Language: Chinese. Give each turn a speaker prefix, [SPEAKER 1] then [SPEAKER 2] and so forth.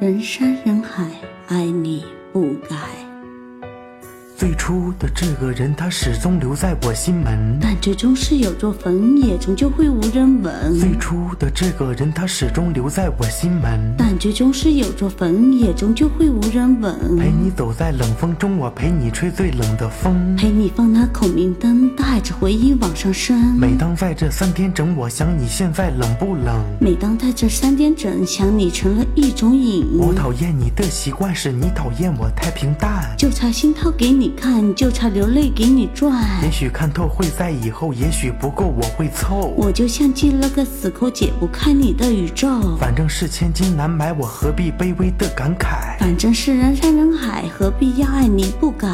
[SPEAKER 1] 人山人海，爱你不改。
[SPEAKER 2] 最初的这个人，他始终留在我心门。
[SPEAKER 1] 但最终是有座坟，也终究会无人
[SPEAKER 2] 最
[SPEAKER 1] 闻。
[SPEAKER 2] 初的这个人，他始终留在我心门。
[SPEAKER 1] 但最终是有座坟，也终究会无人
[SPEAKER 2] 陪
[SPEAKER 1] 闻。
[SPEAKER 2] 你走在冷风中，我陪你吹最冷的风。
[SPEAKER 1] 陪你放那孔明灯，带着回忆往上升。
[SPEAKER 2] 每当在这三天整，我想你现在冷不冷？
[SPEAKER 1] 每当在这三点整，想你成了一种瘾。
[SPEAKER 2] 我讨厌你的习惯是你讨厌我太平淡。
[SPEAKER 1] 就差心掏给你看，就差流泪给你赚。
[SPEAKER 2] 也许看透会在以后，也许不够我会凑。
[SPEAKER 1] 我就像进了个死扣，解不开你的宇宙。
[SPEAKER 2] 反正是千金难买，我何必卑微的感慨？
[SPEAKER 1] 反正是人山人海，何必要爱你不改？